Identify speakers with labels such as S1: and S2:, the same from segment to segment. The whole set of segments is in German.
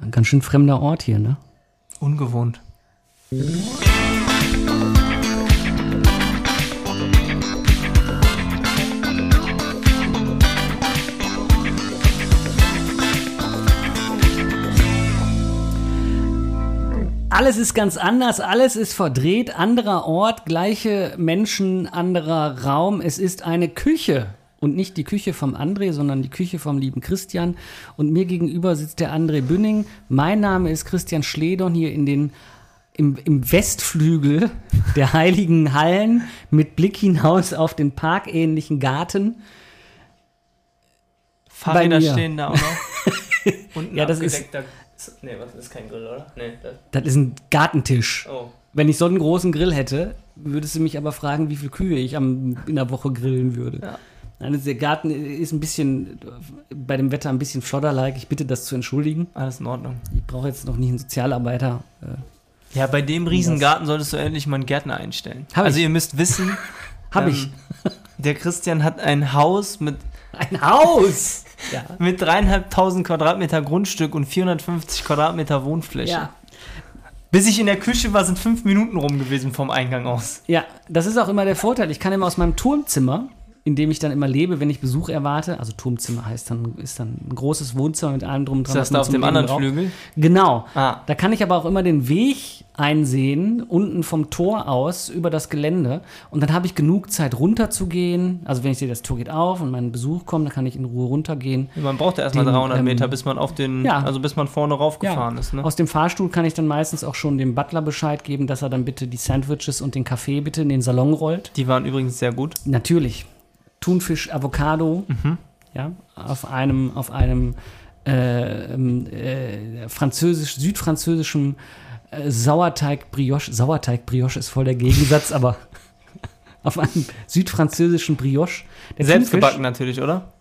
S1: Ein ganz schön fremder Ort hier, ne?
S2: Ungewohnt.
S1: Alles ist ganz anders, alles ist verdreht, anderer Ort, gleiche Menschen, anderer Raum. Es ist eine Küche und nicht die Küche vom André, sondern die Küche vom lieben Christian. Und mir gegenüber sitzt der André Bünning. Mein Name ist Christian Schledon hier in den im, im Westflügel der Heiligen Hallen mit Blick hinaus auf den parkähnlichen Garten.
S2: Fahrräder
S1: mir.
S2: stehen da auch noch. Und ein
S1: Ja, das ist-
S2: abgedeckter- Nee, was das ist kein Grill, oder? Nee, das.
S1: Das ist ein Gartentisch.
S2: Oh.
S1: Wenn ich so einen großen Grill hätte, würdest du mich aber fragen, wie viele Kühe ich am, in der Woche grillen würde.
S2: Ja.
S1: Nein, der Garten ist ein bisschen äh, bei dem Wetter ein bisschen flodderleik. Ich bitte das zu entschuldigen.
S2: Alles in Ordnung.
S1: Ich brauche jetzt noch nicht einen Sozialarbeiter. Äh,
S2: Ja, bei dem Riesengarten solltest du endlich mal einen Gärtner einstellen.
S1: Hab
S2: also
S1: ich.
S2: ihr müsst wissen,
S1: Hab
S2: Ähm,
S1: ich.
S2: der Christian hat ein Haus mit,
S1: Ein Haus! ja.
S2: mit dreieinhalbtausend Quadratmeter Grundstück und 450 Quadratmeter Wohnfläche.
S1: ja.
S2: Bis ich in der Küche war, sind fünf Minuten rum gewesen vom Eingang aus.
S1: Ja, das ist auch immer der Vorteil. Ich kann immer aus meinem Turmzimmer, in dem ich dann immer lebe, wenn ich Besuch erwarte, also Turmzimmer heißt dann, ist dann ein großes Wohnzimmer mit allem drum und dran.
S2: Ist das
S1: was man
S2: da auf
S1: zum
S2: dem
S1: Leben
S2: anderen
S1: braucht.
S2: Flügel?
S1: Genau.
S2: Ah.
S1: Da kann ich aber auch immer den Weg einsehen, unten vom Tor aus über das Gelände. Und dann habe ich genug Zeit runterzugehen. Also wenn ich sehe, das Tor geht auf und mein Besuch kommt, dann kann ich in Ruhe runtergehen.
S2: Man braucht ja erstmal
S1: Den,
S2: 300
S1: ähm,
S2: Meter, bis man auf den,
S1: ja.
S2: also bis man vorne raufgefahren ist. Ne?
S1: Aus dem Fahrstuhl kann ich dann meistens auch schon dem Butler Bescheid geben, dass er dann bitte die Sandwiches und den Kaffee bitte in den Salon rollt.
S2: Die waren übrigens sehr gut.
S1: Natürlich. Thunfisch, Avocado, ja, auf einem, auf einem äh, ähm, äh, französisch, südfranzösischen äh, Sauerteig-Brioche. Sauerteig-Brioche ist voll der Gegensatz, aber auf einem südfranzösischen Brioche. Der
S2: Selbst
S1: Thunfisch-
S2: gebacken natürlich, oder?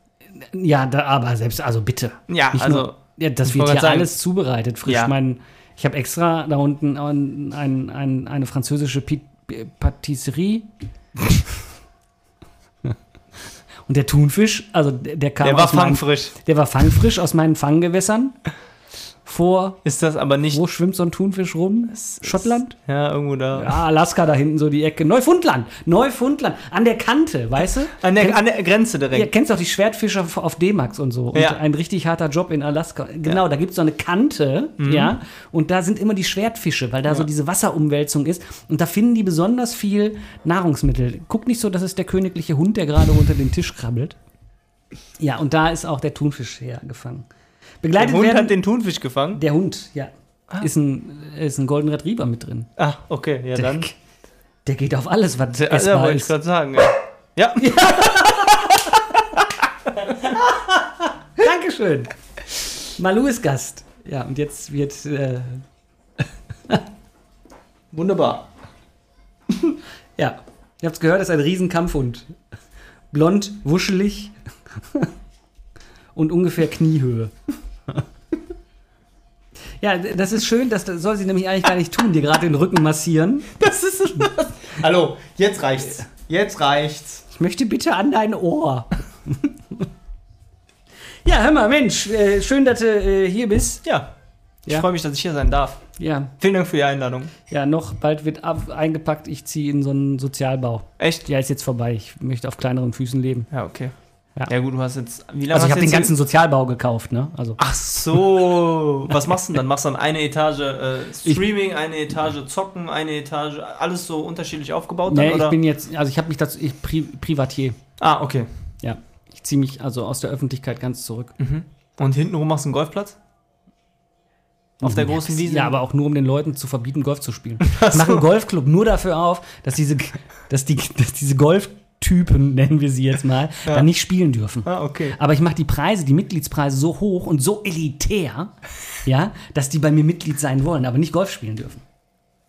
S1: Ja, da, aber selbst, also bitte.
S2: Ja,
S1: Nicht
S2: also
S1: nur, ja, das
S2: ich
S1: wird
S2: wollte
S1: ja
S2: sagen-
S1: alles zubereitet, frisch.
S2: Ja.
S1: Ich meine, ich habe extra da unten ein, ein, ein, eine französische Pi äh, Patisserie. Und der Thunfisch, also der, der kam
S2: der war
S1: aus meinen-
S2: fangfrisch.
S1: der war fangfrisch aus meinen Fanggewässern. Vor,
S2: Ist das aber nicht.
S1: wo schwimmt so ein Thunfisch rum? Schottland?
S2: Ja, irgendwo da.
S1: Ja, Alaska da hinten, so die Ecke. Neufundland, Neufundland, an der Kante, weißt du?
S2: An, der, an der Grenze direkt.
S1: Ihr kennst doch die Schwertfischer auf- auf D-Max und so. Und
S2: Ja.
S1: ein richtig harter Job in Alaska. Genau, da gibt es so eine Kante,
S2: Mhm.
S1: ja. Und da sind immer die Schwertfische, weil da so diese Wasserumwälzung ist. Und da finden die besonders viel Nahrungsmittel. Guck nicht so, das ist der königliche Hund, der gerade unter den Tisch krabbelt. Ja, und da ist auch der Thunfisch hergefangen.
S2: Der
S1: Begleitet
S2: Hund
S1: werden
S2: hat den Ah. Thunfisch gefangen.
S1: der Hund, ja. Ist, ein, ist ein Golden Retriever mit drin.
S2: Ah, okay, ja dann.
S1: Der, der geht auf alles, was
S2: Ja,
S1: essbar
S2: wollte ich
S1: ist.
S2: gerade sagen. Ja. ja.
S1: Dankeschön. Malu ist Gast. Ja, und jetzt wird. Äh,
S2: Wunderbar.
S1: ja, ihr habt es gehört, ist ein Riesenkampfhund. Blond, wuschelig und ungefähr Kniehöhe. Ja, das ist schön, das, das soll sie nämlich eigentlich gar nicht tun, dir gerade den Rücken massieren.
S2: Das ist Hallo, jetzt reicht's. Jetzt reicht's.
S1: Ich möchte bitte an dein Ohr. Ja, hör mal, Mensch, äh, schön, dass du äh, hier bist.
S2: Ja. Ich
S1: Ja.
S2: freue mich, dass ich hier sein darf.
S1: Ja,
S2: Vielen Dank für die Einladung.
S1: ja, noch bald wird ab, eingepackt, ich ziehe in so einen Sozialbau.
S2: Echt?
S1: Ja, ist jetzt vorbei. Ich möchte auf kleineren Füßen leben.
S2: Ja, okay.
S1: Ja.
S2: Ja, gut, du hast jetzt. Wie lange
S1: Also ich habe
S2: hast du
S1: den
S2: jetzt
S1: ganzen Sozialbau gekauft, ne? Also
S2: Ach so. Was machst du denn dann? Machst du dann eine Etage äh, Streaming, eine Etage Zocken, eine Etage, alles so unterschiedlich aufgebaut dann,
S1: nee,
S2: oder?
S1: ich bin jetzt, also ich habe mich dazu, ich Pri Privatier,
S2: ah, okay.
S1: ja. Ich ziehe mich also aus der Öffentlichkeit ganz zurück.
S2: Und hintenrum machst du einen Golfplatz? Auf der großen Wiese?
S1: Hm, Ja, aber auch nur um den Leuten zu verbieten, Golf zu spielen.
S2: Ach
S1: Ich mache einen
S2: so.
S1: Golfclub nur dafür auf, dass diese, dass die, dass diese Golftypen, nennen wir sie jetzt mal, dann nicht spielen dürfen.
S2: Ah, okay.
S1: Aber ich mache die Preise, die Mitgliedspreise so hoch und so elitär, ja, dass die bei mir Mitglied sein wollen, aber nicht Golf spielen dürfen.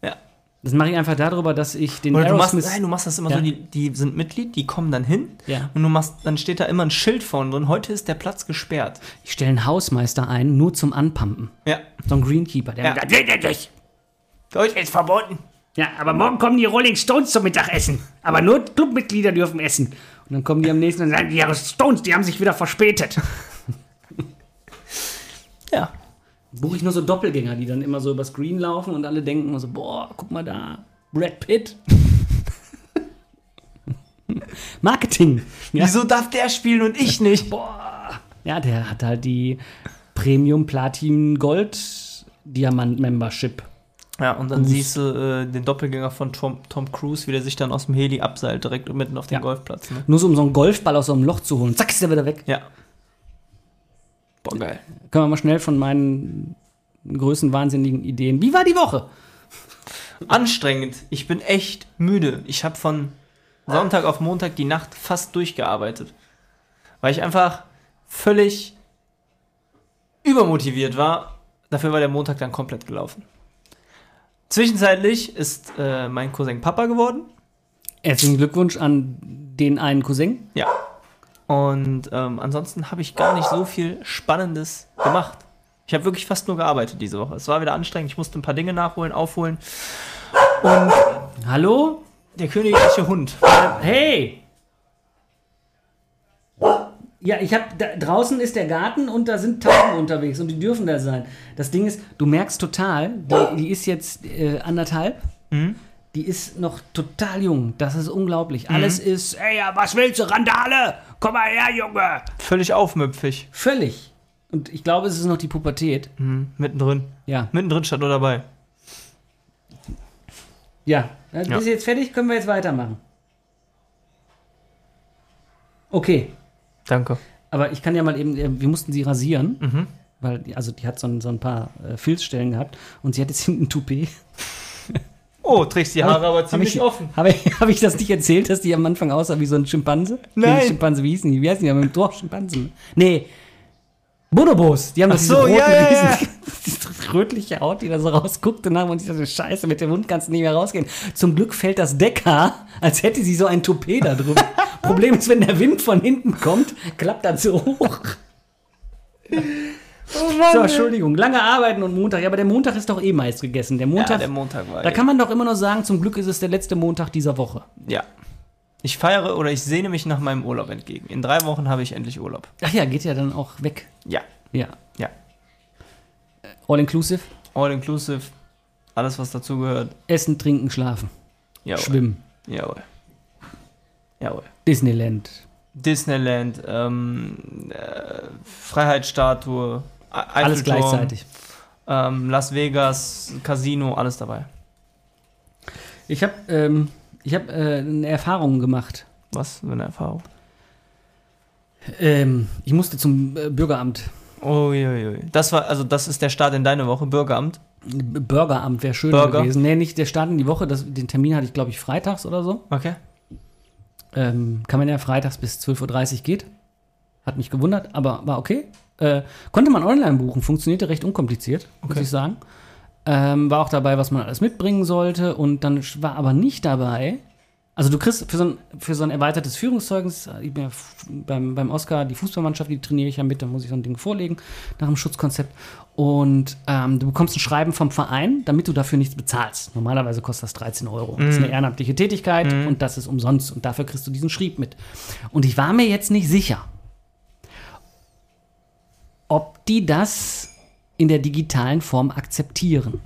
S2: Ja.
S1: Das mache ich einfach darüber, dass ich den
S2: Oder du machst,
S1: Aerosmith...
S2: nein, du machst das immer
S1: Ja.
S2: so, die, die sind Mitglied, die kommen dann hin
S1: Ja.
S2: und du machst, dann steht da immer ein Schild vorne drin, heute ist der Platz gesperrt.
S1: Ich stelle einen Hausmeister ein, nur zum Anpumpen.
S2: Ja.
S1: So ein Greenkeeper, der
S2: Ja.
S1: sagt, "Geht ihr nicht."
S2: Deutsch ist verboten.
S1: ja, aber morgen kommen die Rolling Stones zum Mittagessen. Aber nur Clubmitglieder dürfen essen. Und dann kommen die am nächsten und sagen, die Stones, die haben sich wieder verspätet.
S2: Ja.
S1: buche ich nur so Doppelgänger, die dann immer so übers Green laufen und alle denken immer so, boah, guck mal da, Brad Pitt. Marketing. Ja.
S2: Wieso darf der spielen und ich nicht?
S1: Boah. Ja, der hat halt die Premium Platin Gold Diamant Membership.
S2: Ja, und dann siehst du äh, den Doppelgänger von Tom, Tom Cruise, wie der sich dann aus dem Heli abseilt, direkt mitten auf den
S1: Ja.
S2: Golfplatz. Ne?
S1: Nur so um so einen Golfball aus so einem Loch zu holen. Zack, ist der wieder weg.
S2: Ja. Boah, geil.
S1: Können wir mal schnell von meinen größenwahnsinnigen Ideen. Wie war die Woche?
S2: Anstrengend. Ich bin echt müde. Ich habe von Sonntag auf Montag die Nacht fast durchgearbeitet. Weil ich einfach völlig übermotiviert war. Dafür war der Montag dann komplett gelaufen. Zwischenzeitlich ist äh, mein Cousin Papa geworden.
S1: Herzlichen Glückwunsch an den einen Cousin.
S2: Ja. Und ähm, ansonsten habe ich gar nicht so viel Spannendes gemacht. Ich habe wirklich fast nur gearbeitet diese Woche. Es war wieder anstrengend. Ich musste ein paar Dinge nachholen, aufholen. Und
S1: Hallo?
S2: der königliche Hund.
S1: Hey! Ja, ich hab, da, draußen ist der Garten und da sind Tauben unterwegs und die dürfen da sein. Das Ding ist, du merkst total, die, die ist jetzt äh, anderthalb. Die ist noch total jung. Das ist unglaublich. Alles ist, ey, ja, was willst du, Randale? Komm mal her, Junge!
S2: Völlig aufmüpfig.
S1: Völlig. Und ich glaube, es ist noch die Pubertät.
S2: Mhm. Mittendrin.
S1: Ja.
S2: Mittendrin stand nur dabei.
S1: Ja. ja. Bist du jetzt fertig? Können wir jetzt weitermachen? Okay.
S2: Danke.
S1: Aber ich kann ja mal eben, äh, wir mussten sie rasieren, weil die, also die hat so ein, so ein paar äh, Filzstellen gehabt und sie hat jetzt hinten ein Toupet.
S2: Oh, trägst die Haare aber
S1: Hab
S2: ziemlich
S1: ich,
S2: offen.
S1: Habe ich, hab ich das nicht erzählt, dass die am Anfang aussah wie so ein Schimpanse?
S2: Nein.
S1: Nee, Schimpanse, wie hießen die? Wie heißen die? Mit dem Dorf Schimpansen. Nee. Bonobos, die haben das
S2: Ach so, ja, ja, ja.
S1: diese rötliche Haut, die da so rausguckt und haben und ich dachte, scheiße, mit dem Hund kannst du nicht mehr rausgehen. Zum Glück fällt das Deckhaar, als hätte sie so ein Toupet da drüber. Problem ist, wenn der Wind von hinten kommt, klappt das so hoch.
S2: Oh Mann,
S1: So, Entschuldigung, lange arbeiten und Montag. Ja, aber der Montag ist doch eh meist gegessen. Der
S2: ja,
S1: Montag,
S2: der Montag war.
S1: da kann man doch immer nur sagen, zum Glück ist es der letzte Montag dieser Woche.
S2: ja. Ich feiere oder ich sehne mich nach meinem Urlaub entgegen. In drei Wochen habe ich endlich Urlaub.
S1: Ach ja, geht ja dann auch weg.
S2: Ja.
S1: Ja. Äh,
S2: Ja.
S1: All inclusive,
S2: All inclusive. Alles, was dazugehört.
S1: Essen, Trinken, Schlafen,
S2: Jawohl.
S1: Schwimmen,
S2: Jawohl. Jawohl.
S1: Disneyland.
S2: Disneyland, ähm, äh, Freiheitsstatue, E-
S1: Alles
S2: Eiffelturm,
S1: gleichzeitig.
S2: Ähm, Las Vegas, Casino, alles dabei.
S1: Ich habe ähm, ich hab, äh, eine Erfahrung gemacht.
S2: Was für eine Erfahrung.
S1: Ähm, ich musste zum äh, Bürgeramt.
S2: Uiuiui. Das war, also das ist der Start in deine Woche, Bürgeramt.
S1: B- Bürgeramt wäre schön
S2: Burger.
S1: gewesen. Nee, nicht der Start in die Woche. Das, den Termin hatte ich, glaube ich, freitags oder so.
S2: Okay.
S1: Ähm, kann man ja freitags bis 12.30 Uhr geht. Hat mich gewundert, aber war okay. Äh, konnte man online buchen, funktionierte recht unkompliziert, muss
S2: Okay.
S1: ich sagen. Ähm, war auch dabei, was man alles mitbringen sollte und dann sch- war aber nicht dabei. Also du kriegst für so ein, für so ein erweitertes Führungszeugnis, äh, ich bin ja f- beim, beim Oscar, die Fußballmannschaft, die trainiere ich ja mit, da muss ich so ein Ding vorlegen nach dem Schutzkonzept. Und ähm, du bekommst ein Schreiben vom Verein, damit du dafür nichts bezahlst. Normalerweise kostet das 13 Euro. Das ist eine ehrenamtliche Tätigkeit und das ist umsonst. Und dafür kriegst du diesen Schrieb mit. Und ich war mir jetzt nicht sicher, ob die das in der digitalen Form akzeptieren.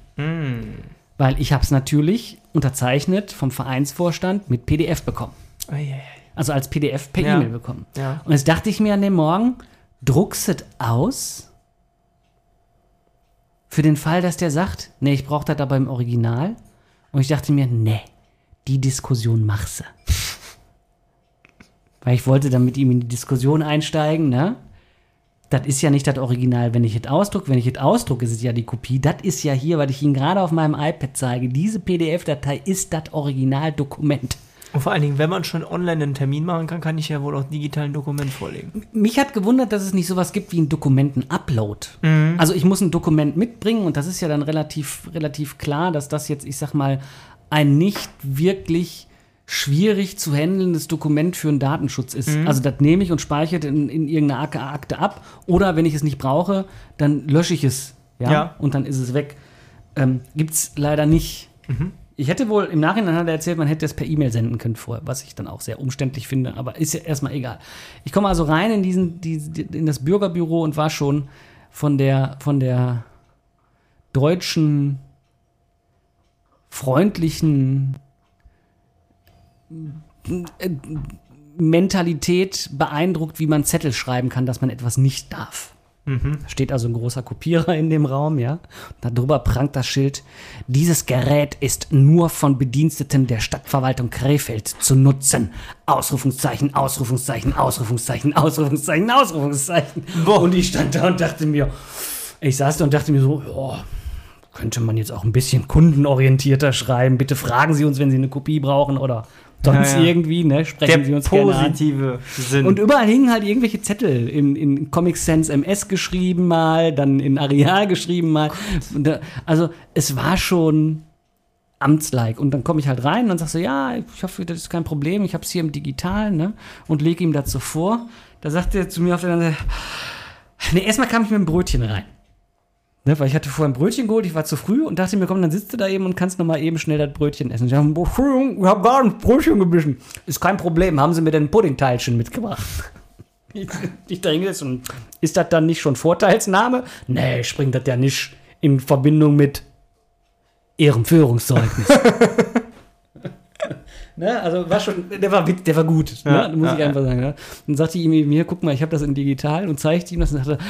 S1: Weil ich habe es natürlich unterzeichnet vom Vereinsvorstand mit PDF bekommen.
S2: Uiuiui.
S1: Also als PDF per
S2: Ja.
S1: E-Mail bekommen.
S2: Ja.
S1: Und jetzt dachte ich mir an dem Morgen, druckset aus für den Fall, dass der sagt, nee, ich brauche das aber im Original. Und ich dachte mir, nee, die Diskussion machst du. Weil ich wollte dann mit ihm in die Diskussion einsteigen, ne? Das ist ja nicht das Original, wenn ich es ausdrucke. Wenn ich es ausdrucke, ist es ja die Kopie. Das ist ja hier, weil ich Ihnen gerade auf meinem iPad zeige. Diese PDF-Datei ist das Originaldokument.
S2: Und vor allen Dingen, wenn man schon online einen Termin machen kann, kann ich ja wohl auch digital ein Dokument vorlegen.
S1: Mich hat gewundert, dass es nicht sowas gibt wie einen Dokumenten-Upload. Also ich muss ein Dokument mitbringen und das ist ja dann relativ, relativ klar, dass das jetzt, ich sag mal, ein nicht wirklich schwierig zu handelndes Dokument für einen Datenschutz ist. Also das nehme ich und speichere es in, in irgendeiner Ak- Akte ab oder wenn ich es nicht brauche, dann lösche ich es. Ja.
S2: Ja.
S1: Und dann ist es weg. Ähm, Gibt es leider nicht. Ich hätte wohl, im Nachhinein hat er erzählt, man hätte es per E-Mail senden können vorher, was ich dann auch sehr umständlich finde, aber ist ja erstmal egal. Ich komme also rein in, diesen, die, in das Bürgerbüro und war schon von der, von der deutschen, freundlichen äh, Mentalität beeindruckt, wie man Zettel schreiben kann, dass man etwas nicht darf.
S2: Mhm.
S1: Da steht also ein großer Kopierer in dem Raum, ja. Darüber prangt das Schild. Dieses Gerät ist nur von Bediensteten der Stadtverwaltung Krefeld zu nutzen. Ausrufungszeichen, Ausrufungszeichen, Ausrufungszeichen, Ausrufungszeichen, Ausrufungszeichen. Und ich stand da und dachte mir, ich saß da und dachte mir so, ja, könnte man jetzt auch ein bisschen kundenorientierter schreiben. Bitte fragen Sie uns, wenn Sie eine Kopie brauchen oder sonst
S2: Ja, ja.
S1: irgendwie, ne? Sprechen Sie
S2: Der
S1: uns gerne an.
S2: positive Sinn.
S1: Und überall hingen halt irgendwelche Zettel. In, in Comic Sans MS geschrieben mal, dann in Areal geschrieben mal. Und da, also es war schon amtslike. Und dann komme ich halt rein und dann sagst du, ja, ich hoffe, das ist kein Problem. Ich habe es hier im Digitalen ne? und lege ihm dazu vor. Da sagt er zu mir auf der anderen Seite, nee, erstmal kam ich mit dem Brötchen rein. Ne, weil ich hatte vorher ein Brötchen geholt, ich war zu früh und dachte mir, komm, dann sitzt du da eben und kannst noch mal eben schnell das Brötchen essen. Ich dachte, boah, Entschuldigung, ich habe gerade ein Brötchen gebissen. Ist kein Problem, haben sie mir denn ein Puddingteilchen mitgebracht? Ich- ich da hingesetzt und ist das dann nicht schon Vorteilsnahme? Nee, springt das ja nicht in Verbindung mit ihrem Führungszeugnis. ne, also war schon, der war, wit- der war gut,
S2: Ja,
S1: ne? muss
S2: ja,
S1: ich einfach sagen. Ne? Dann sagte ich ihm eben hier, guck mal, ich habe das in digital und zeigte ihm das und sagte,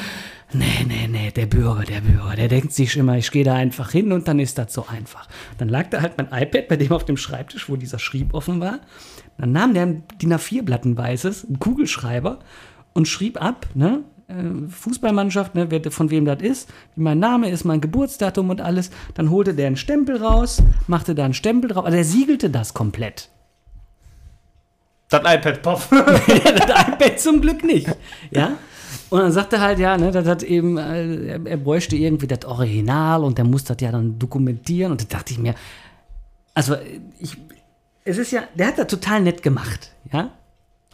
S1: nee, nee, nee, der Bürger, der Bürger, der denkt sich immer, ich gehe da einfach hin und dann ist das so einfach. Dann lag da halt mein iPad bei dem auf dem Schreibtisch, wo dieser Schrieb offen war. Dann nahm der ein DIN A4-Blatt, ein weißes, einen Kugelschreiber und schrieb ab, ne? äh, Fußballmannschaft, ne, wer, von wem das ist, wie mein Name ist, mein Geburtsdatum und alles. Dann holte der einen Stempel raus, machte da einen Stempel drauf, also der siegelte das komplett.
S2: das iPad, poff.
S1: ja, das iPad zum Glück nicht. Ja? Und dann sagt er halt, ja, ne, das hat eben, äh, er, er bräuchte irgendwie das Original und der muss das ja dann dokumentieren. Und da dachte ich mir, also äh, ich, es ist ja, der hat das total nett gemacht, ja.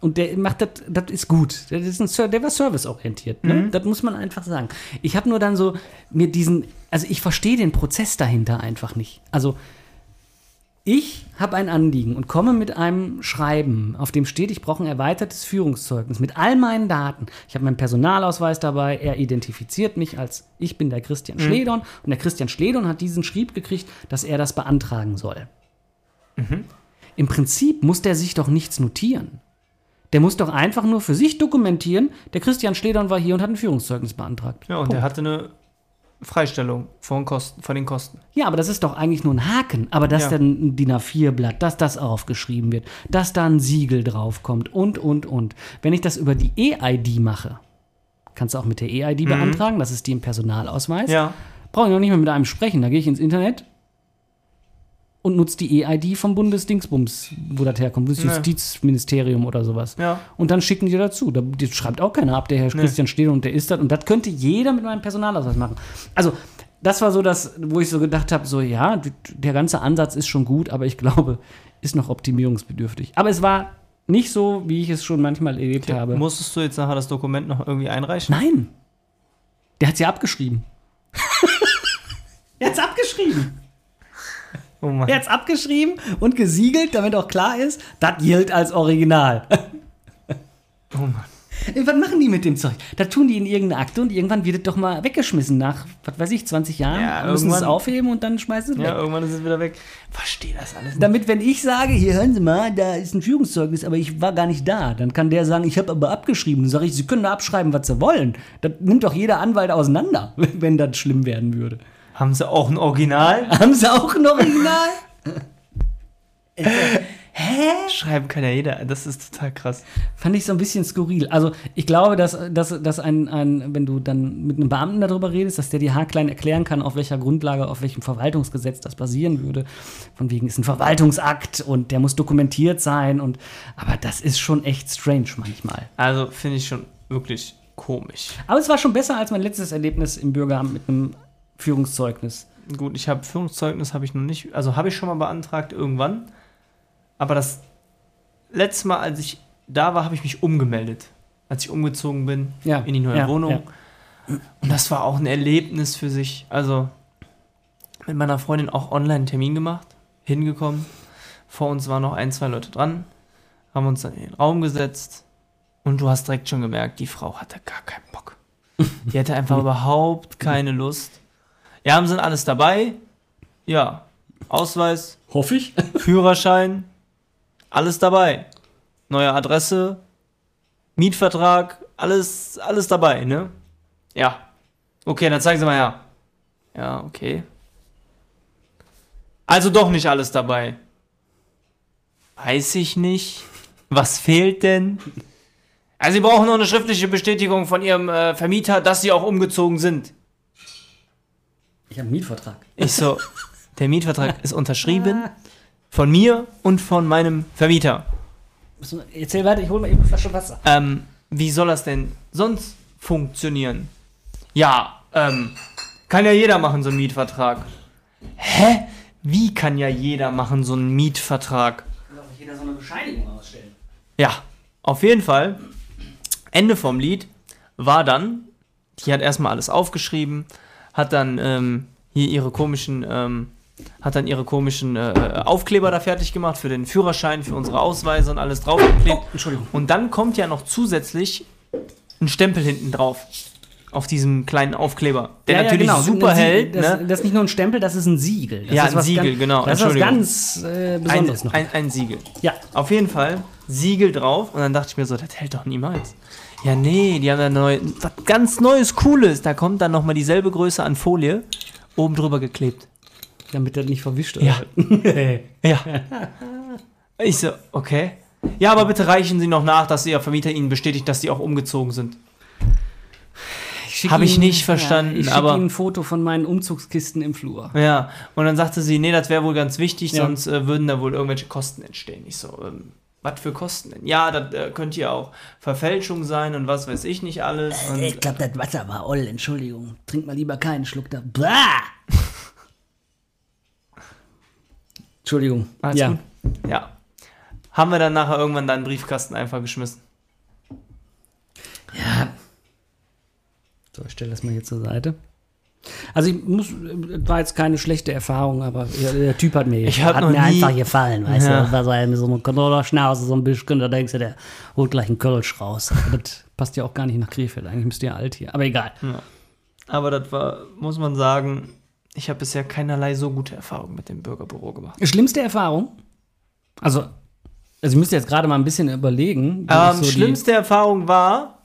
S1: Und der macht das, das ist gut. Das ist ein, Ser- der war serviceorientiert, ne? Das muss man einfach sagen. Ich habe nur dann so mir diesen, also ich verstehe den Prozess dahinter einfach nicht. Also ich habe ein Anliegen und komme mit einem Schreiben, auf dem steht, ich brauche ein erweitertes Führungszeugnis mit all meinen Daten. Ich habe meinen Personalausweis dabei, er identifiziert mich als ich bin der Christian Schledon und der Christian Schledon hat diesen Schrieb gekriegt, dass er das beantragen soll. Im Prinzip muss der sich doch nichts notieren. Der muss doch einfach nur für sich dokumentieren, der Christian Schledon war hier und hat ein Führungszeugnis beantragt.
S2: Ja, und der hatte eine Freistellung von, Kosten, von den Kosten.
S1: Ja, aber das ist doch eigentlich nur ein Haken. Aber dass
S2: Ja.
S1: dann ein DIN A4-Blatt, dass das aufgeschrieben wird, dass da ein Siegel draufkommt und, und, und. Wenn ich das über die EID mache, kannst du auch mit der EID beantragen, das ist die im Personalausweis,
S2: Mhm. Ja.
S1: brauche ich noch nicht mal mit einem sprechen. Da gehe ich ins Internet und nutze die EID vom Bundesdingsbums, wo das herkommt, Bundesjustizministerium oder sowas.
S2: Ja.
S1: Und dann schicken die dazu. Da das schreibt auch keiner ab, der Herr Christian steht und der ist das. Und das könnte jeder mit meinem Personalausweis machen. Also, das war so das, wo ich so gedacht habe: so, ja, d- der ganze Ansatz ist schon gut, aber ich glaube, ist noch optimierungsbedürftig. Aber es war nicht so, wie ich es schon manchmal erlebt habe.
S2: Musstest du jetzt nachher das Dokument noch irgendwie einreichen?
S1: Nein. Der hat sie abgeschrieben. der hat's abgeschrieben.
S2: Oh Mann.
S1: Der hat's abgeschrieben und gesiegelt, damit auch klar ist, das gilt als Original.
S2: Oh Mann.
S1: Was machen die mit dem Zeug? Da tun die in irgendeine Akte und irgendwann wird es doch mal weggeschmissen nach, was weiß ich, 20 Jahren.
S2: Ja,
S1: müssen sie es
S2: irgendwann-
S1: aufheben und dann schmeißen sie es
S2: Ja,
S1: weg.
S2: irgendwann ist es wieder weg. Verstehe das alles nicht.
S1: Damit, wenn ich sage, hier hören Sie mal, da ist ein Führungszeugnis, aber ich war gar nicht da, dann kann der sagen, ich habe aber abgeschrieben. Dann sage ich, Sie können da abschreiben, was Sie wollen. Das nimmt doch jeder Anwalt auseinander, wenn das schlimm werden würde.
S2: Haben sie auch ein Original?
S1: Haben Sie auch ein Original?
S2: Schreiben kann ja jeder. Das ist total krass.
S1: Fand ich so ein bisschen skurril. Also ich glaube, dass, dass, dass ein, ein, wenn du dann mit einem Beamten darüber redest, dass der dir haarklein erklären kann, auf welcher Grundlage, auf welchem Verwaltungsgesetz das basieren würde. Von wegen ist ein Verwaltungsakt und der muss dokumentiert sein und aber das ist schon echt strange manchmal.
S2: Also finde ich schon wirklich komisch.
S1: Aber es war schon besser als mein letztes Erlebnis im Bürgeramt mit einem Führungszeugnis.
S2: Gut, ich habe Führungszeugnis habe ich noch nicht, also habe ich schon mal beantragt irgendwann. Aber das letzte Mal, als ich da war, habe ich mich umgemeldet, als ich umgezogen bin
S1: Ja,
S2: in die neue
S1: ja,
S2: Wohnung.
S1: ja.
S2: Und das war auch ein Erlebnis für sich. Also mit meiner Freundin auch online einen Termin gemacht, hingekommen. Vor uns waren noch ein, zwei Leute dran, haben uns dann in den Raum gesetzt und du hast direkt schon gemerkt, die Frau hatte gar keinen Bock. Die hatte einfach überhaupt keine Lust. Ja, haben sie denn alles dabei? Ja. Ausweis,
S1: Hoffe ich.
S2: Führerschein, alles dabei. Neue Adresse, Mietvertrag, alles, alles dabei, ne? Ja. Okay, dann zeigen Sie mal her. Ja, okay. Also doch nicht alles dabei. Weiß ich nicht. Was fehlt denn? Also Sie brauchen noch eine schriftliche Bestätigung von Ihrem äh, Vermieter, dass Sie auch umgezogen sind.
S1: Ich habe einen Mietvertrag.
S2: Ich so, der Mietvertrag ist unterschrieben von mir und von meinem Vermieter.
S1: Müssen wir- Erzähl weiter, ich hole mal eben eine Flasche Wasser.
S2: Ähm, wie soll das denn sonst funktionieren? Ja, ähm, kann ja jeder machen so einen Mietvertrag. Hä? Wie kann ja jeder machen so einen Mietvertrag?
S1: Kann doch nicht jeder so eine Bescheinigung ausstellen.
S2: Ja, auf jeden Fall. Ende vom Lied war dann, die hat erstmal alles aufgeschrieben, hat dann ähm, hier ihre komischen, ähm, hat dann ihre komischen äh, Aufkleber da fertig gemacht für den Führerschein, für unsere Ausweise und alles draufgeklebt.
S1: Entschuldigung.
S2: Und dann kommt ja noch zusätzlich ein Stempel hinten drauf. Auf diesem kleinen Aufkleber. Der
S1: Ja, ja,
S2: natürlich
S1: genau,
S2: super
S1: ein Sie-
S2: hält.
S1: Das,
S2: Ne?
S1: das ist nicht nur ein Stempel, das ist ein Siegel. Das
S2: Ja,
S1: ist
S2: ein
S1: was
S2: Siegel,
S1: ganz,
S2: genau,
S1: Das ist was
S2: Entschuldigung.
S1: ganz äh,
S2: Ein,
S1: Besonderes noch.
S2: ein, ein Siegel.
S1: ja,
S2: Auf jeden Fall Siegel drauf. Und dann dachte ich mir so, das hält doch niemals. Ja, nee, die haben da neu, was ganz Neues, Cooles. Da kommt dann nochmal dieselbe Größe an Folie oben drüber geklebt.
S1: damit er nicht verwischt
S2: Ja.
S1: wird.
S2: Ja. Ich so, okay. Ja, aber bitte reichen Sie noch nach, dass Ihr Vermieter Ihnen bestätigt, dass Sie auch umgezogen sind. Hab ich nicht verstanden,
S1: ich schick
S2: aber-
S1: Ihnen ein Foto von meinen Umzugskisten im Flur.
S2: Ja, und dann sagte sie, nee, das wäre wohl ganz wichtig,
S1: Ja.
S2: sonst äh, würden da wohl irgendwelche Kosten entstehen. Ich so, ähm, was für Kosten denn? Ja, das äh, könnte ja auch Verfälschung sein und was weiß ich nicht alles. Und,
S1: Ich glaube, das Wasser war oll, Entschuldigung. Trink mal lieber keinen Schluck da. Bah! Entschuldigung.
S2: Alles gut? Ja. Haben wir dann nachher irgendwann deinen Briefkasten einfach geschmissen.
S1: Ja. So, ich stelle das mal hier zur Seite. Also ich muss, äh, war jetzt keine schlechte Erfahrung, aber der, der Typ hat mir,
S2: Ich hab
S1: hat
S2: noch
S1: mir
S2: nie-
S1: einfach gefallen, weißt
S2: Ja.
S1: du. War so ein- so ein Controller-Schnauze, so ein bisschen, da denkst du, der holt gleich einen Kölsch raus. Aber das passt ja auch gar nicht nach Krefeld, eigentlich müsst ihr ja alt hier, aber egal.
S2: Aber das war, muss man sagen, ich habe bisher keinerlei so gute Erfahrungen mit dem Bürgerbüro gemacht.
S1: Schlimmste Erfahrung? Also, also ich müsste jetzt gerade mal ein bisschen überlegen. wie
S2: Ähm,
S1: ich so die-
S2: schlimmste Erfahrung war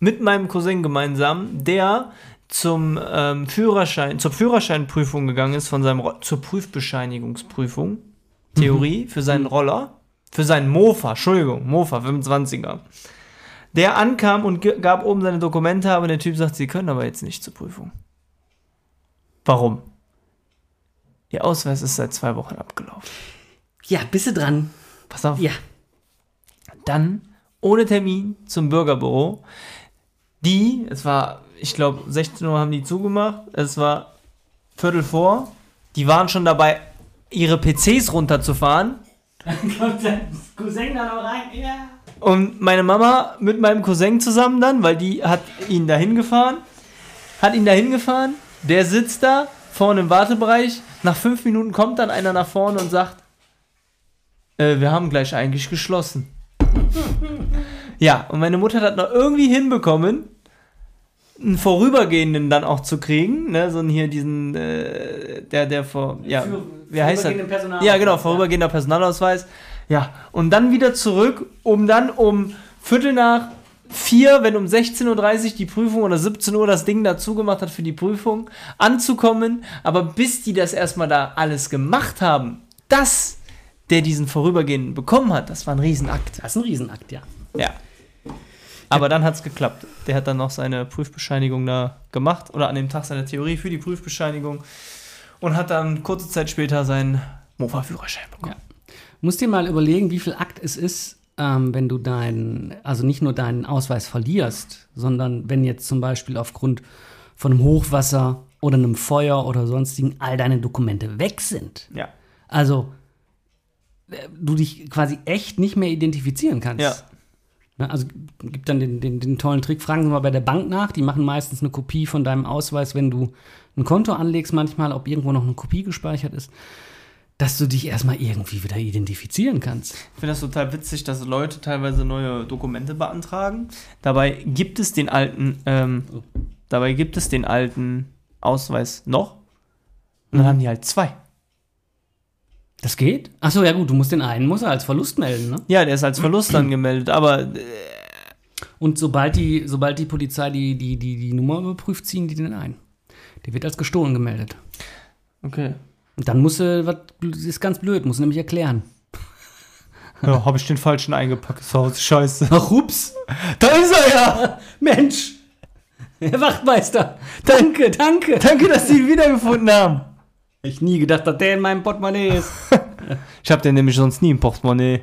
S2: mit meinem Cousin gemeinsam, der zum ähm, Führerschein, zur Führerscheinprüfung gegangen ist von seinem Ro zur Prüfbescheinigungsprüfung Theorie
S1: Mhm.
S2: für seinen Roller, für seinen Mofa, Entschuldigung, Mofa 25er. Der ankam und ge- gab oben seine Dokumente, aber der Typ sagt, sie können aber jetzt nicht zur Prüfung. Warum? Ihr Ausweis ist seit zwei Wochen abgelaufen.
S1: Ja, bist du dran?
S2: Pass auf.
S1: Ja.
S2: dann ohne Termin zum Bürgerbüro. Die, es war, ich glaube, 16 Uhr haben die zugemacht, es war Viertel vor, die waren schon dabei, ihre PCs runterzufahren.
S1: Kommt dein Cousin da noch rein? Ja.
S2: Und meine Mama mit meinem Cousin zusammen dann, weil die hat ihn dahin gefahren, hat ihn dahin gefahren, der sitzt da vorne im Wartebereich, nach fünf Minuten kommt dann einer nach vorne und sagt, äh, wir haben gleich eigentlich geschlossen. Ja, und meine Mutter hat noch irgendwie hinbekommen, einen vorübergehenden dann auch zu kriegen, ne, so einen hier diesen, äh, der, der vor, ja,
S1: Für-
S2: wie heißt das?
S1: vorübergehenden Personalausweis,
S2: Ja, genau,
S1: ja.
S2: vorübergehender Personalausweis. Ja, und dann wieder zurück, um dann um Viertel nach vier, wenn um 16.30 Uhr die Prüfung oder 17 Uhr das Ding dazu gemacht hat für die Prüfung, anzukommen. Aber bis die das erstmal da alles gemacht haben, das, der diesen vorübergehenden bekommen hat, das war ein Riesenakt.
S1: Das ist ein Riesenakt, ja.
S2: Ja. Aber dann hat es geklappt. Der hat dann noch seine Prüfbescheinigung da gemacht oder an dem Tag seine Theorie für die Prüfbescheinigung und hat dann kurze Zeit später seinen Mofa-Führerschein bekommen.
S1: Musst dir mal überlegen, wie viel Akt es ist, ähm, wenn du deinen, also nicht nur deinen Ausweis verlierst, sondern wenn jetzt zum Beispiel aufgrund von einem Hochwasser oder einem Feuer oder sonstigen all deine Dokumente weg sind.
S2: Ja.
S1: Also äh, du dich quasi echt nicht mehr identifizieren kannst.
S2: Ja.
S1: Ne, also gibt dann den, den, den tollen Trick, fragen Sie mal bei der Bank nach, die machen meistens eine Kopie von deinem Ausweis, wenn du ein Konto anlegst, manchmal, ob irgendwo noch eine Kopie gespeichert ist, dass du dich erstmal irgendwie wieder identifizieren kannst.
S2: Ich finde das total witzig, dass Leute teilweise neue Dokumente beantragen. Dabei gibt es den alten, ähm, dabei gibt es den alten Ausweis noch. Und dann haben die halt zwei.
S1: Das geht? Achso, ja gut, du musst den einen, muss er als Verlust melden, ne?
S2: Ja, der ist als Verlust angemeldet, aber äh,
S1: Und sobald die, sobald die Polizei die, die, die, die Nummer überprüft, ziehen die den ein. Der wird als gestohlen gemeldet.
S2: okay.
S1: Und dann muss er, was, das ist ganz blöd, muss nämlich erklären.
S2: Ja, habe ich den falschen eingepackt. So, scheiße.
S1: Ach, ups,
S2: Da ist er ja!
S1: Mensch, Herr Wachtmeister, danke, danke.
S2: Danke, dass Sie ihn wiedergefunden haben.
S1: Ich nie gedacht, dass der in meinem Portemonnaie ist.
S2: Ich habe den nämlich sonst nie im Portemonnaie.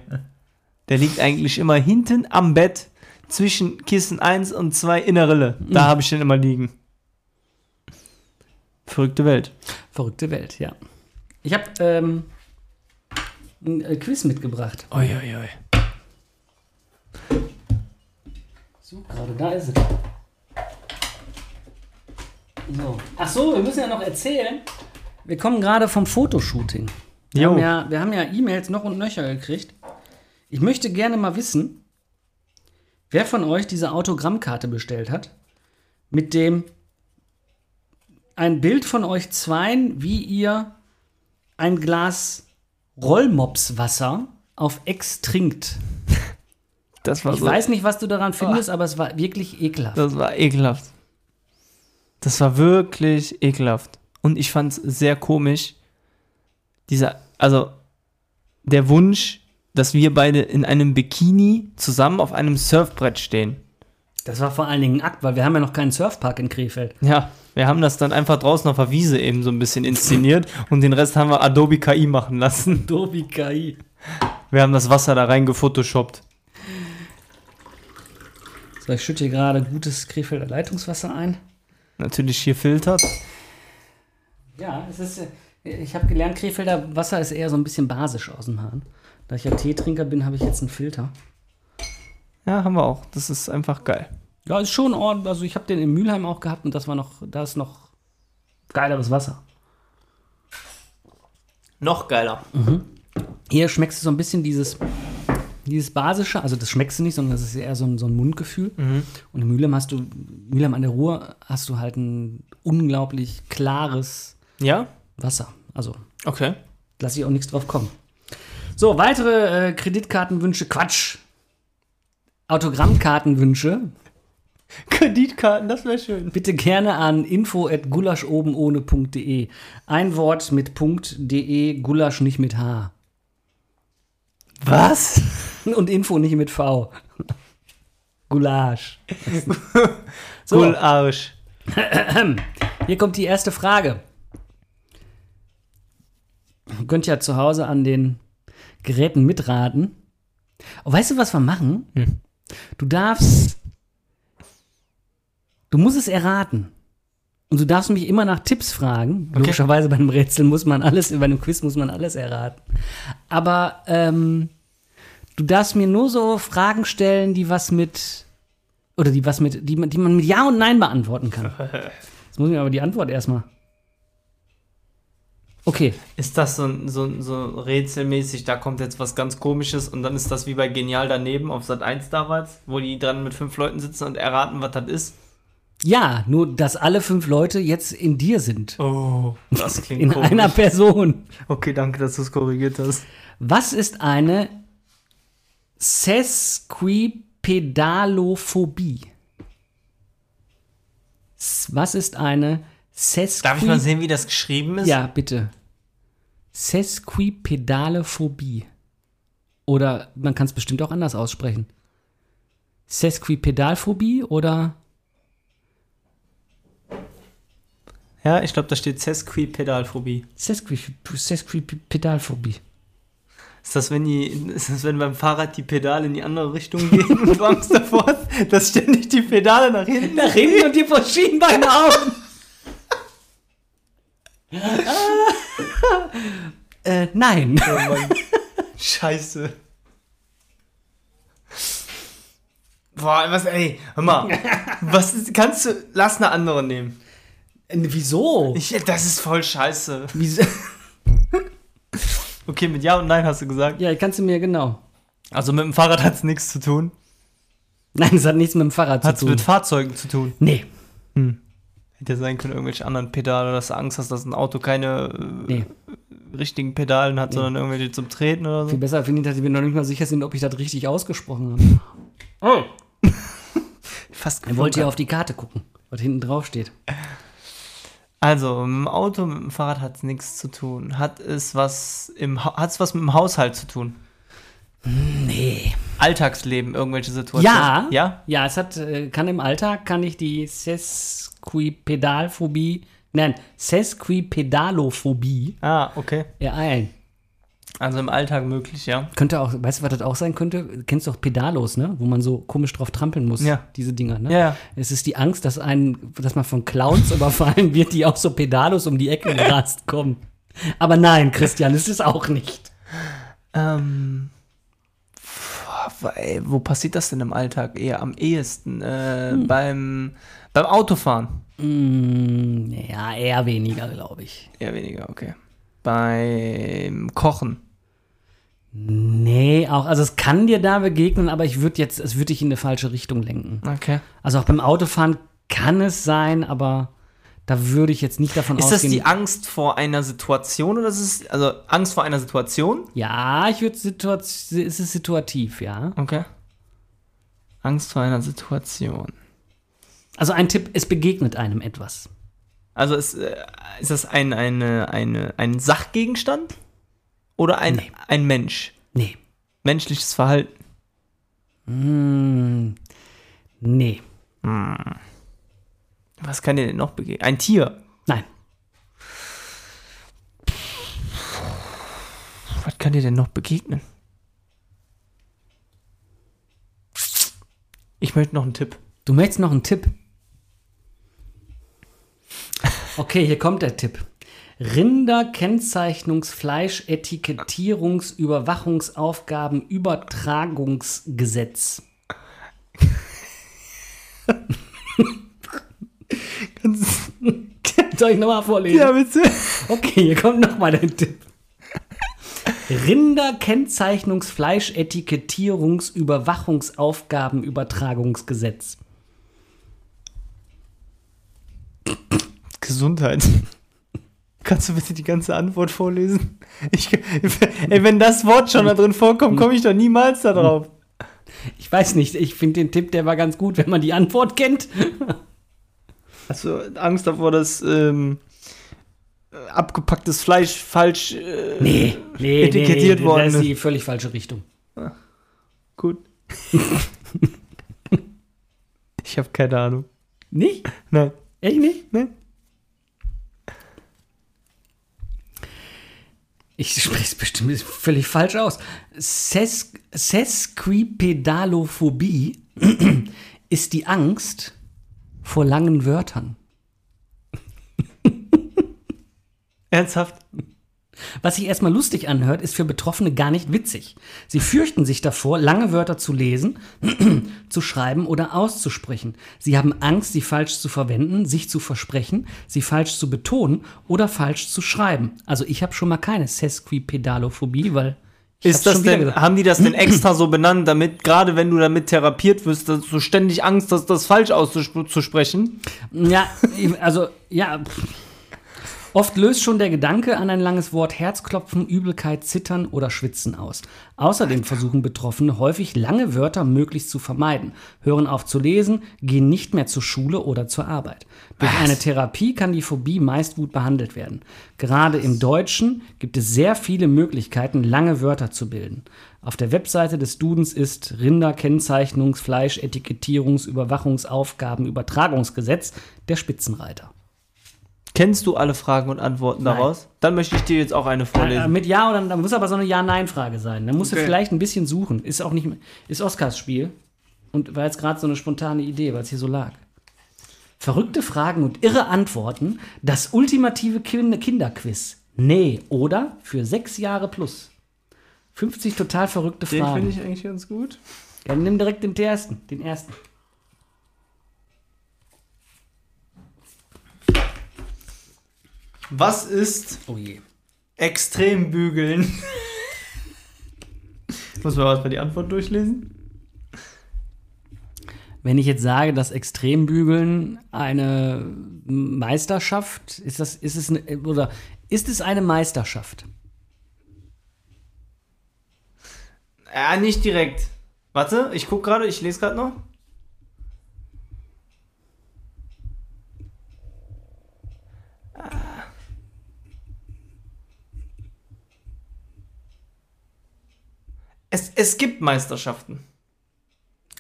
S2: Der liegt eigentlich immer hinten am Bett zwischen Kissen 1 und 2 in der Rille. Da habe ich den immer liegen. Verrückte Welt.
S1: Verrückte Welt, ja. Ich habe ähm, ein äh, Quiz mitgebracht.
S2: Uiuiui.
S1: So, gerade da ist es. So. Ach so, wir müssen ja noch erzählen. Wir kommen gerade vom Fotoshooting. Wir
S2: Jo.
S1: haben ja wir haben ja E-Mails noch und nöcher gekriegt. Ich möchte gerne mal wissen, wer von euch diese Autogrammkarte bestellt hat, mit dem ein Bild von euch zweien, wie ihr ein Glas Rollmopswasser auf Ex trinkt.
S2: Das war
S1: Ich
S2: so.
S1: weiß nicht, was du daran findest, aber es war wirklich ekelhaft.
S2: Das war ekelhaft. Das war wirklich ekelhaft. Und ich fand es sehr komisch, dieser, also der Wunsch, dass wir beide in einem Bikini zusammen auf einem Surfbrett stehen.
S1: Das war vor allen Dingen ein Akt, weil wir haben ja noch keinen Surfpark in Krefeld.
S2: Ja, wir haben das dann einfach draußen auf der Wiese eben so ein bisschen inszeniert und den Rest haben wir Adobe KI machen lassen.
S1: Dobi KI.
S2: Wir haben das Wasser da rein gefotoshoppt.
S1: So, ich schütte hier gerade gutes Krefelder Leitungswasser ein.
S2: Natürlich hier filtert.
S1: Ja, es ist. äh, Ich habe gelernt, Krefelder Wasser ist eher so ein bisschen basisch aus dem Hahn. Da ich ja Teetrinker bin, habe ich jetzt einen Filter.
S2: Ja, haben wir auch. Das ist einfach geil.
S1: Ja, ist schon ordentlich. Also ich habe den in Mülheim auch gehabt und das war noch, da ist noch geileres Wasser.
S2: Noch geiler.
S1: Hier schmeckst du so ein bisschen dieses, dieses basische, also das schmeckst du nicht, sondern das ist eher so ein, so ein Mundgefühl. Und in Mühlheim hast du, Mühlheim an der Ruhr hast du halt ein unglaublich klares
S2: Ja?
S1: Wasser. Also
S2: Okay.
S1: lass ich auch nichts drauf kommen. So, weitere äh, Kreditkartenwünsche, Quatsch. Autogrammkartenwünsche
S2: Kreditkarten, das wäre schön.
S1: bitte gerne an info@gulaschobenohne.de. Ein Wort mit Punkt .de, Gulasch nicht mit H
S2: Was?
S1: und Info nicht mit V. Gulasch. So.
S2: So. Cool Arsch.
S1: Hier kommt die erste Frage. Ihr könnt ja zu Hause an den Geräten mitraten. Oh, weißt du, was wir machen? Du darfst. Du musst es erraten. Und du darfst mich immer nach Tipps fragen. Logischerweise bei einem Rätsel muss man alles, bei einem Quiz muss man alles erraten. Aber ähm, du darfst mir nur so Fragen stellen, die was mit. Oder die was mit. Die man, die man mit Ja und Nein beantworten kann. Jetzt muss ich mir aber die Antwort erstmal. Okay.
S2: Ist das so, ein- so, ein- so rätselmäßig, da kommt jetzt was ganz komisches und dann ist das wie bei Genial daneben auf Sat 1 damals, wo die dran mit fünf Leuten sitzen und erraten, was das ist?
S1: Ja, nur dass alle fünf Leute jetzt in dir sind.
S2: Oh, das klingt
S1: In einer Person.
S2: Okay, danke, dass du es korrigiert hast.
S1: Was ist eine Sesquipedalophobie? S- Was ist eine Sesquipedalophobie?
S2: Darf ich mal sehen, wie das geschrieben ist?
S1: Ja, bitte. Sesquipedalophobie. Oder man kann es bestimmt auch anders aussprechen. Sesquipedalphobie oder
S2: Ja, ich glaube, da steht Sesquipedalphobie.
S1: Sesquip- Sesquipedalphobie.
S2: Ist das, wenn die, ist das, wenn beim Fahrrad die Pedale in die andere Richtung gehen und du Angst davor hast, dass ständig die Pedale nach hinten
S1: Nach hinten und dir vor Schienbein auf. äh, nein.
S2: Oh Mann. Scheiße. Boah, was, ey, hör mal. Was ist, kannst du, lass eine andere nehmen.
S1: Äh, Wieso?
S2: Ich, das ist voll scheiße.
S1: Wieso?
S2: Okay, mit Ja und Nein hast du gesagt.
S1: Ja, kannst du mir genau.
S2: Also mit dem Fahrrad hat's nichts zu tun.
S1: Nein, es hat nichts mit dem Fahrrad
S2: Hat's
S1: zu tun.
S2: mit Fahrzeugen zu tun.
S1: nee.
S2: Hätte sein können, irgendwelche anderen Pedale, dass du Angst hast, dass ein Auto keine äh,
S1: Nee.
S2: richtigen Pedalen hat, sondern irgendwelche zum Treten oder
S1: Viel
S2: so.
S1: besser finde ich, dass wir noch nicht mal sicher sind, ob ich das richtig ausgesprochen habe.
S2: Fast
S1: Er wollte ja
S2: geflunkert.
S1: auf die Karte gucken, was hinten drauf steht.
S2: Also, mit dem Auto, mit dem Fahrrad hat es nichts zu tun. Hat es was im ha hat's was mit dem Haushalt zu tun?
S1: Nee.
S2: Alltagsleben, irgendwelche Situationen?
S1: Ja.
S2: Ja?
S1: Ja, es hat, äh, kann im Alltag, kann ich die Sesquipedalphobie, nein, Sesquipedalophobie
S2: Ah, okay.
S1: ereilen.
S2: Also im Alltag möglich, ja.
S1: Könnte auch, weißt du, was das auch sein könnte? Kennst du auch Pedalos, ne? Wo man so komisch drauf trampeln muss,
S2: Ja.
S1: diese Dinger, ne?
S2: Ja, ja.
S1: Es ist die Angst, dass einen, dass man von Clowns überfallen wird, die auch so Pedalos um die Ecke gerast kommen. Aber nein, Christian, es ist auch nicht.
S2: Ähm, boah, wa- ey, wo passiert das denn im Alltag? Eher am ehesten. Äh, beim, beim Autofahren.
S1: Mm, ja, eher weniger, glaube ich.
S2: Eher weniger, okay. Beim Kochen.
S1: Nee, auch, also es kann dir da begegnen, aber ich würde jetzt, es würde dich in eine falsche Richtung lenken.
S2: Okay.
S1: Also auch beim Autofahren kann es sein, aber da würde ich jetzt nicht davon
S2: Ist das
S1: ausgehen.
S2: die Angst vor einer Situation oder ist es, also Angst vor einer Situation?
S1: ja, ich würde Situation, es ist situativ, ja.
S2: Okay. Angst vor einer Situation.
S1: Also ein Tipp, es begegnet einem etwas.
S2: Also ist, äh, ist das ein, eine, eine, ein Sachgegenstand oder ein,
S1: Nee.
S2: ein Mensch?
S1: Nee.
S2: Menschliches Verhalten.
S1: Mm, nee.
S2: Was kann dir denn noch begegnen? Ein Tier.
S1: Nein.
S2: Was kann dir denn noch begegnen? Ich möchte noch einen Tipp.
S1: Du möchtest noch einen Tipp? Okay, hier kommt der Tipp. Rinder, Kennzeichnungs, Fleisch, Etikettierungs, Überwachungsaufgaben, Übertragungsgesetz. Soll ich nochmal vorlesen?
S2: bitte.
S1: Okay, hier kommt nochmal der Tipp. Rinder, Kennzeichnungs, Fleisch, Etikettierungs, Überwachungsaufgaben, Übertragungsgesetz.
S2: Gesundheit. Kannst du bitte die ganze Antwort vorlesen? Ich, ey, wenn das Wort schon da drin vorkommt, komme ich doch niemals da drauf.
S1: Ich weiß nicht, ich finde den Tipp, der war ganz gut, wenn man die Antwort kennt.
S2: Hast du Angst davor, dass ähm, abgepacktes Fleisch falsch. Äh,
S1: Nee, nee,
S2: Etikettiert
S1: nee,
S2: worden
S1: Das ist
S2: ist.
S1: die völlig falsche Richtung.
S2: Gut. ich habe keine Ahnung.
S1: Nicht?
S2: Nein.
S1: Echt nicht?
S2: Nee.
S1: Ich spreche es bestimmt völlig falsch aus. Ses Sesquipedalophobie ist die Angst vor langen Wörtern.
S2: Ernsthaft?
S1: Was sich erstmal lustig anhört, ist für Betroffene gar nicht witzig. Sie fürchten sich davor, lange Wörter zu lesen, zu schreiben oder auszusprechen. Sie haben Angst, sie falsch zu verwenden, sich zu versprechen, sie falsch zu betonen oder falsch zu schreiben. Also ich habe schon mal keine Sesquipedalophobie, weil ich hab's
S2: Ist das
S1: schon wieder
S2: denn,
S1: gesagt.
S2: haben die das denn extra so benannt, damit, gerade wenn du damit therapiert wirst, dass du ständig Angst hast, das falsch auszusprechen?
S1: Ja, ich- also ja. pff. Oft löst schon der Gedanke an ein langes Wort Herzklopfen, Übelkeit, Zittern oder Schwitzen aus. Außerdem versuchen Betroffene häufig lange Wörter möglichst zu vermeiden, hören auf zu lesen, gehen nicht mehr zur Schule oder zur Arbeit. Durch eine Therapie kann die Phobie meist gut behandelt werden. Gerade im Deutschen gibt es sehr viele Möglichkeiten, lange Wörter zu bilden. Auf der Webseite des Dudens ist Rinderkennzeichnungs-, Fleisch-, Etikettierungs-, Überwachungsaufgaben-, Übertragungsgesetz der Spitzenreiter.
S2: Kennst du alle Fragen und Antworten
S1: Nein.
S2: daraus? Dann möchte ich dir jetzt auch eine
S1: Äh,
S2: vorlesen.
S1: Mit Ja oder dann muss aber so eine Ja-Nein-Frage sein. Dann musst du
S2: Okay.
S1: vielleicht ein bisschen suchen. Ist auch nicht ist Oscars Spiel und war jetzt gerade so eine spontane Idee, weil es hier so lag. Verrückte Fragen und irre Antworten. Das ultimative Kin- Kinderquiz. Nee, oder? Für sechs Jahre plus. 50 total verrückte Fragen.
S2: ich eigentlich ganz gut.
S1: Ja, dann nimm direkt den ersten. Den ersten.
S2: Was ist
S1: Oh je.
S2: Extrembügeln? Muss man erstmal die Antwort durchlesen?
S1: Wenn ich jetzt sage, dass Extrembügeln eine Meisterschaft ist, das ist es eine, oder ist es eine Meisterschaft?
S2: Ja, nicht direkt. Warte, ich guck gerade, ich lese gerade noch. Es, es gibt Meisterschaften.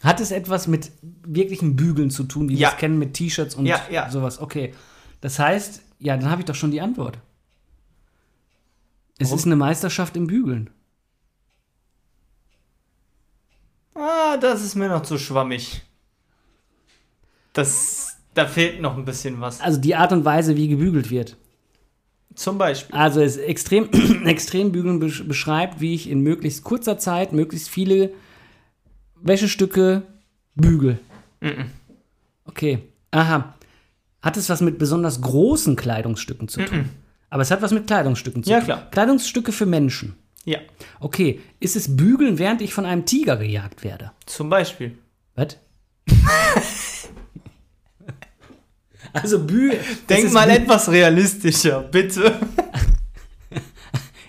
S1: Hat es etwas mit wirklichen Bügeln zu tun, wie
S2: Ja.
S1: wir es kennen mit T-Shirts und
S2: Ja, ja.
S1: sowas? Okay. Das heißt, ja, dann habe ich doch schon die Antwort. Es
S2: Warum?
S1: ist eine Meisterschaft im Bügeln.
S2: Ah, das ist mir noch zu schwammig. Das, da fehlt noch ein bisschen was.
S1: Also die Art und Weise, wie gebügelt wird.
S2: Zum Beispiel.
S1: Also es extrem Extrembügeln besch- beschreibt, wie ich in möglichst kurzer Zeit möglichst viele Wäschestücke bügel.
S2: Mhm.
S1: Okay. Aha. Hat es was mit besonders großen Kleidungsstücken zu tun? Aber es hat was mit Kleidungsstücken zu
S2: Mhm. Ja,
S1: tun.
S2: klar.
S1: Kleidungsstücke für Menschen.
S2: Ja,
S1: Okay, ist es bügeln, während ich von einem Tiger gejagt werde?
S2: zum Beispiel.
S1: Was? also bügeln.
S2: Denk mal etwas realistischer, bitte.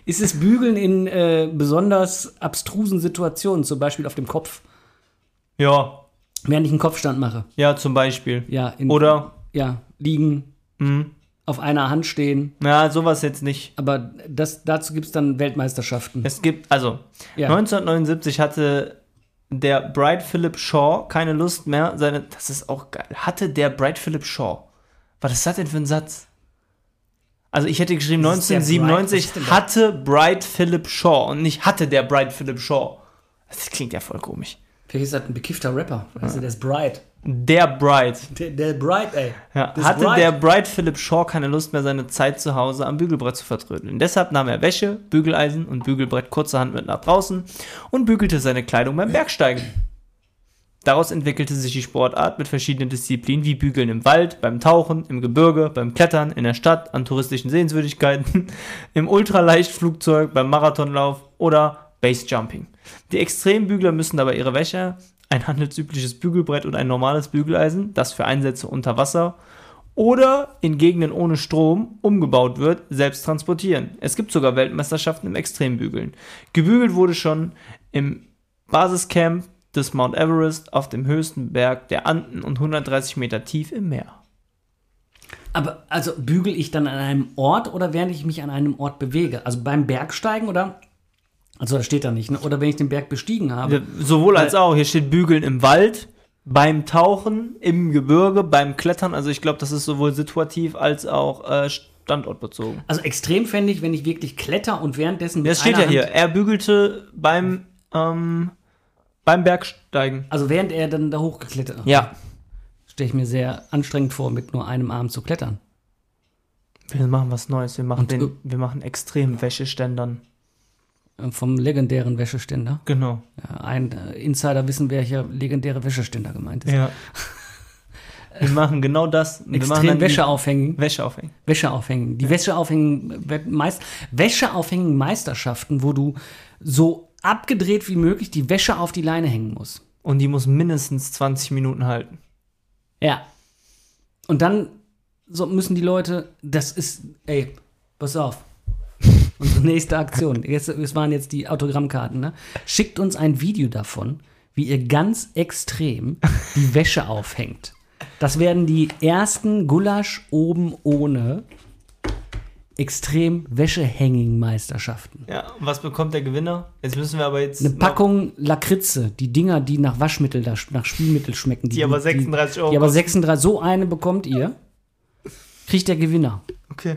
S1: Ist es Bügeln in äh, besonders abstrusen Situationen, zum Beispiel auf dem Kopf,
S2: Ja,
S1: während ich einen Kopfstand mache?
S2: ja, zum Beispiel.
S1: Ja, in,
S2: Oder, Mhm.
S1: ja liegen,
S2: mh,
S1: auf einer Hand stehen.
S2: na, sowas jetzt nicht.
S1: Aber das, dazu gibt es dann Weltmeisterschaften.
S2: Es gibt, also,
S1: Ja.
S2: 1979 hatte der Bright Philip Shaw keine Lust mehr, seine, das ist auch geil, hatte der Bright Philip Shaw. Was ist das denn für ein Satz? Also ich hätte geschrieben,
S1: Das ist der Bright- was
S2: 1997
S1: ist denn da?
S2: hatte Bright Philip Shaw und nicht hatte der Bright Philip Shaw. Das klingt ja voll komisch.
S1: Vielleicht ist das ein bekiffter Rapper. Also, der ist bright.
S2: Der Bright.
S1: Der, der bright, ey.
S2: Ja,
S1: Das
S2: hatte
S1: Bright.
S2: der Bright Philip Shaw keine Lust mehr, seine Zeit zu Hause am Bügelbrett zu vertrödeln. Deshalb nahm er Wäsche, Bügeleisen und Bügelbrett kurzerhand mit nach draußen und bügelte seine Kleidung beim Bergsteigen. Daraus entwickelte sich die Sportart mit verschiedenen Disziplinen wie Bügeln im Wald, beim Tauchen, im Gebirge, beim Klettern, in der Stadt, an touristischen Sehenswürdigkeiten, im Ultraleichtflugzeug, beim Marathonlauf oder Basejumping. Die Extrembügler müssen dabei ihre Wäsche, ein handelsübliches Bügelbrett und ein normales Bügeleisen, das für Einsätze unter Wasser oder in Gegenden ohne Strom umgebaut wird, selbst transportieren. Es gibt sogar Weltmeisterschaften im Extrembügeln. Gebügelt wurde schon im Basiscamp des Mount Everest auf dem höchsten Berg der Anden und 130 Meter tief im Meer.
S1: Aber also bügel ich dann an einem Ort oder während ich mich an einem Ort bewege? Also beim Bergsteigen oder? Also das steht da nicht, ne? Oder wenn ich den Berg bestiegen habe.
S2: Wir- Sowohl als auch, hier steht Bügeln im Wald, beim Tauchen, im Gebirge, beim Klettern. Also ich glaube, das ist sowohl situativ als auch äh, standortbezogen.
S1: Also extrem fände ich, wenn ich wirklich kletter und währenddessen mit
S2: Das steht
S1: einer
S2: ja hier.
S1: Hand,
S2: Er bügelte beim, ähm, beim Bergsteigen.
S1: also während er dann da hochgeklettert ist,
S2: Ja.
S1: stelle ich mir sehr anstrengend vor, mit nur einem Arm zu klettern.
S2: Wir machen was Neues. Wir machen,
S1: Und, äh,
S2: den, wir machen extrem Wäscheständern.
S1: Äh, Vom legendären Wäscheständer.
S2: Genau.
S1: Ja, ein äh, Insider wissen, welcher legendäre Wäscheständer gemeint ist.
S2: Ja. Also wir machen genau das. Wir machen dann
S1: Extrem
S2: die
S1: Wäsche aufhängen.
S2: Wäsche aufhängen.
S1: Wäsche aufhängen. Die Wäsche aufhängen, äh, meist, Wäsche aufhängen Meisterschaften, wo du so abgedreht wie möglich die Wäsche auf die Leine hängen musst.
S2: Und die muss mindestens 20 Minuten halten.
S1: Ja. Und dann so müssen die Leute, das ist, ey, pass auf. Unsere nächste Aktion. Jetzt, es waren jetzt die Autogrammkarten, ne? Schickt uns ein Video davon, wie ihr ganz extrem die Wäsche aufhängt. Das werden die ersten Gulasch oben ohne extrem Wäschehänging-Meisterschaften.
S2: Ja. Und was bekommt der Gewinner? Jetzt müssen wir aber jetzt.
S1: Eine Packung Lakritze, die Dinger, die nach Waschmittel, da, nach Spülmittel schmecken.
S2: Die aber 36 Euro
S1: Die aber
S2: kosten.
S1: 36, so eine bekommt ihr, kriegt der Gewinner.
S2: Okay.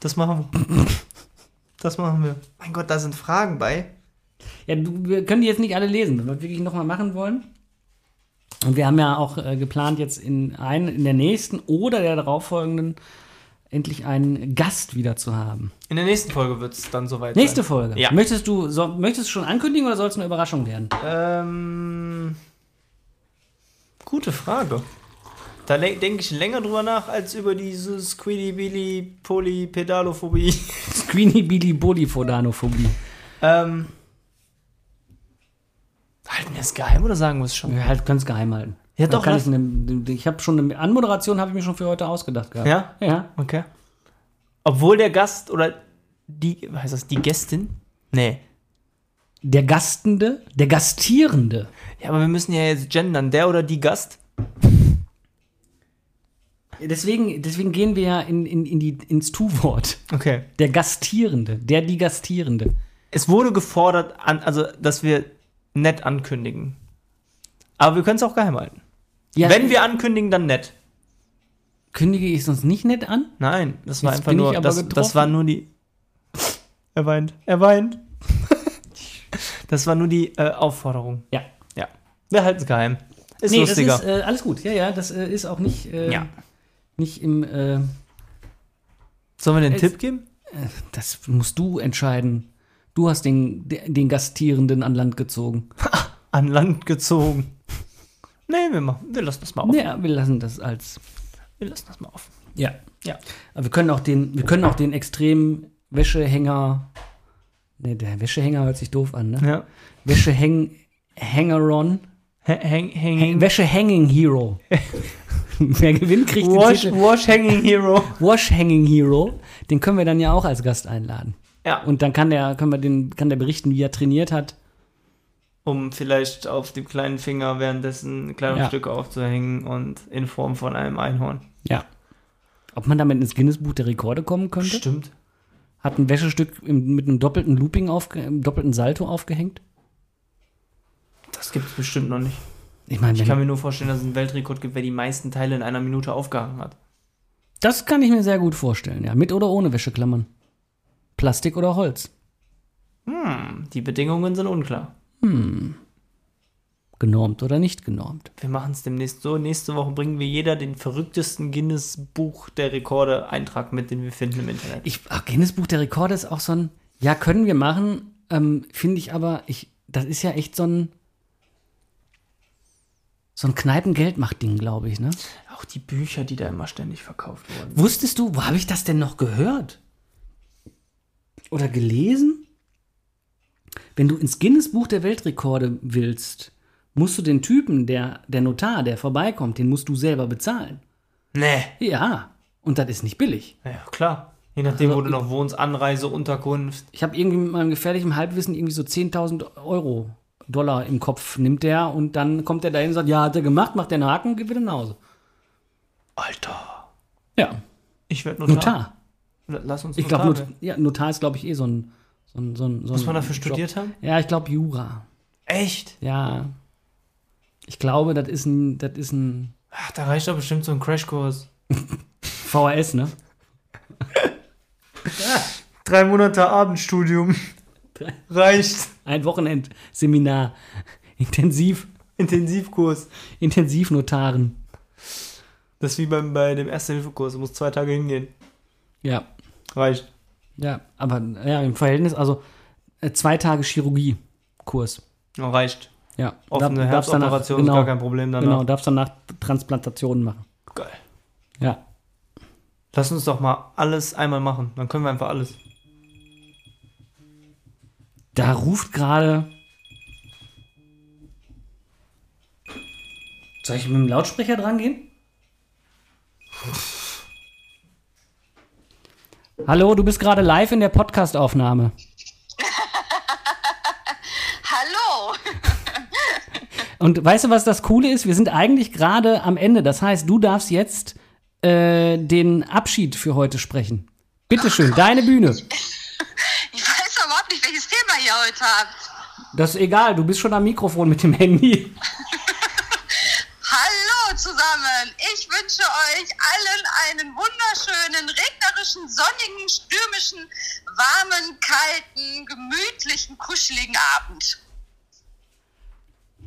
S2: Das machen wir. Das machen wir. Mein Gott, da sind Fragen bei.
S1: Ja, du, wir können die jetzt nicht alle lesen, wenn wir wirklich nochmal machen wollen. Und wir haben ja auch äh, geplant, jetzt in, ein, in der nächsten oder der darauffolgenden endlich einen Gast wieder zu haben.
S2: In der nächsten Folge wird es dann soweit
S1: Nächste
S2: sein.
S1: Folge.
S2: Ja.
S1: Möchtest du so, möchtest du schon ankündigen oder soll es eine Überraschung werden?
S2: Ähm, gute Frage. Da le- denke ich länger drüber nach, als über diese Squiddy-Billy-Polypedalophobie.
S1: Squeenie Billy Bully Fodanophobie.
S2: ähm, Halten wir es geheim oder sagen wir es schon?
S1: Ja, halt ganz geheim halten.
S2: Ja,
S1: Da
S2: doch,
S1: Kann
S2: lass-
S1: ich eine, ich habe schon eine Anmoderation, habe ich mir schon für heute ausgedacht gehabt.
S2: Ja?
S1: Ja.
S2: Okay. Obwohl der Gast oder die, heißt das die Gästin? Nee.
S1: Der Gastende, der Gastierende.
S2: Ja, aber wir müssen ja jetzt gendern. Der oder die Gast?
S1: Deswegen, deswegen gehen wir ja in, in, in die, ins Tu-Wort.
S2: Okay.
S1: Der Gastierende, der die Gastierende.
S2: Es wurde gefordert, an, also, dass wir nett ankündigen. Aber wir können es auch geheim halten.
S1: Ja,
S2: Wenn wir ankündigen, dann nett.
S1: kündige ich es uns nicht nett an?
S2: Nein, das war
S1: Jetzt
S2: einfach
S1: bin ich
S2: nur,
S1: aber
S2: das,
S1: getroffen.
S2: das war nur die. Er weint, er weint. das war nur die äh, Aufforderung.
S1: Ja.
S2: Ja. Wir halten es geheim. Ist
S1: nee,
S2: lustiger.
S1: das ist äh, alles gut. Ja, ja, das äh, ist auch nicht, äh,
S2: Ja.
S1: nicht im. Äh,
S2: Sollen wir den
S1: Es-
S2: Tipp geben?
S1: das musst du entscheiden. Du hast den, den Gastierenden an Land gezogen.
S2: An Land gezogen. Nee, wir machen. Wir lassen das mal offen.
S1: Ja, wir lassen das als.
S2: Wir lassen das mal offen.
S1: Ja.
S2: Ja.
S1: Aber wir können auch den, wir können auch den extremen Wäschehänger. Nee, der Wäschehänger hört sich doof an, ne?
S2: Ja.
S1: Wäschehäng Hängeron.
S2: Ha- Hang, hang,
S1: Häng Wäschehanging Hero. Wer gewinnt, kriegt
S2: Wash,
S1: den Titel.
S2: wash Hanging Hero.
S1: Wash Hanging Hero. Den können wir dann ja auch als Gast einladen.
S2: Ja.
S1: Und dann kann der, können wir den, kann der berichten, wie er trainiert hat.
S2: Um vielleicht auf dem kleinen Finger währenddessen Kleidungsstücke aufzuhängen und in Form von einem Einhorn.
S1: Ja. Ob man damit ins Guinness-Buch der Rekorde kommen könnte?
S2: Stimmt.
S1: Hat ein Wäschestück im, mit einem doppelten Looping, aufge einem doppelten Salto aufgehängt?
S2: Das gibt es bestimmt noch nicht.
S1: Ich meine,
S2: Ich kann
S1: wenn-
S2: mir nur vorstellen, dass es einen Weltrekord gibt, wer die meisten Teile in einer Minute aufgehangen hat.
S1: das kann ich mir sehr gut vorstellen, ja. Mit oder ohne Wäscheklammern. Plastik oder Holz.
S2: Hm, die Bedingungen sind unklar.
S1: Genormt oder nicht genormt.
S2: Wir machen es demnächst so. Nächste Woche bringen wir jeder den verrücktesten Guinness-Buch der Rekorde-Eintrag mit, den wir finden im Internet.
S1: Ich, ach, Guinness Buch der Rekorde ist auch so ein, ja, können wir machen, ähm, finde ich aber, ich, das ist ja echt so ein, so ein Kneipengeldmacht-Ding, glaube ich, ne?
S2: Auch die Bücher, die da immer ständig verkauft wurden.
S1: Wusstest du, wo habe ich das denn noch gehört? Oder gelesen? Wenn du ins Guinness Buch der Weltrekorde willst, musst du den Typen, der, der Notar, der vorbeikommt, den musst du selber bezahlen.
S2: Nee.
S1: Ja, und das ist nicht billig.
S2: Ja, klar. Je nachdem, wo
S1: Also,
S2: du noch wohnst, Anreise, Unterkunft.
S1: Ich habe irgendwie mit meinem gefährlichen Halbwissen irgendwie so 10.000 Euro, Dollar im Kopf nimmt der und dann kommt er dahin und sagt, ja, hat er gemacht, macht den Haken und geht wieder nach Hause.
S2: Alter.
S1: Ja,
S2: Ich werde Notar.
S1: Notar.
S2: Lass uns
S1: Ich glaube, Not
S2: werden.
S1: ja, Notar ist, glaube ich, eh so ein, so ein, so ein, so ein
S2: Muss man dafür
S1: Job.
S2: studiert haben?
S1: Ja, ich glaube Jura.
S2: Echt?
S1: Ja. Ich glaube, das ist ein, das ist ein
S2: Ach, da reicht doch bestimmt so ein Crashkurs.
S1: VHS, ne?
S2: Drei Monate Abendstudium. reicht.
S1: Ein Wochenendseminar. Intensiv,
S2: Intensivkurs.
S1: Intensivnotaren.
S2: Das ist wie beim, bei dem Erste-Hilfe-Kurs. Du musst zwei Tage hingehen.
S1: Ja,
S2: Reicht.
S1: ja, aber ja, im Verhältnis, also äh, zwei Tage Chirurgie-Kurs.
S2: Ja, reicht.
S1: Ja,
S2: Offene
S1: Darf- darfst danach-
S2: Herzoperation ist
S1: genau,
S2: gar kein ne? Problem danach.
S1: Genau, darfst danach Transplantationen machen.
S2: Geil.
S1: Ja,
S2: Lass uns doch mal alles einmal machen. Dann können wir einfach alles.
S1: da ruft gerade. Soll ich mit dem Lautsprecher dran gehen? Hallo, du bist gerade live in der Podcast-Aufnahme.
S3: Hallo!
S1: Und weißt du, was das Coole ist? Wir sind eigentlich gerade am Ende. Das heißt, du darfst jetzt äh, den Abschied für heute sprechen. Bitteschön, deine Bühne.
S3: Ich weiß überhaupt nicht, welches Thema ihr heute habt.
S1: Das ist egal, du bist schon am Mikrofon mit dem Handy.
S3: Hallo zusammen! Ich wünsche euch allen einen wunderschönen, regnerischen, sonnigen, stürmischen, warmen, kalten, gemütlichen, kuscheligen Abend.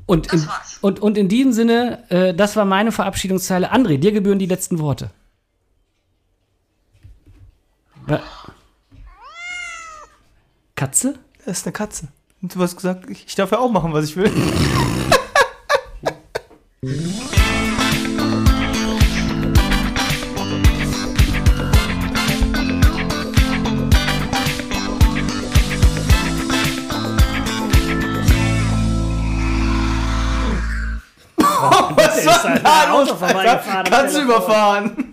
S1: Und in,
S3: Das war's.
S1: und, und in diesem Sinne, äh, das war meine Verabschiedungszeile. André, dir gebühren die letzten Worte. Wa- Katze?
S2: Das ist eine Katze. Und du hast gesagt, ich ich darf ja auch machen, was ich will.
S1: halt Auto vorbeigefahren.
S2: Kannst du überfahren.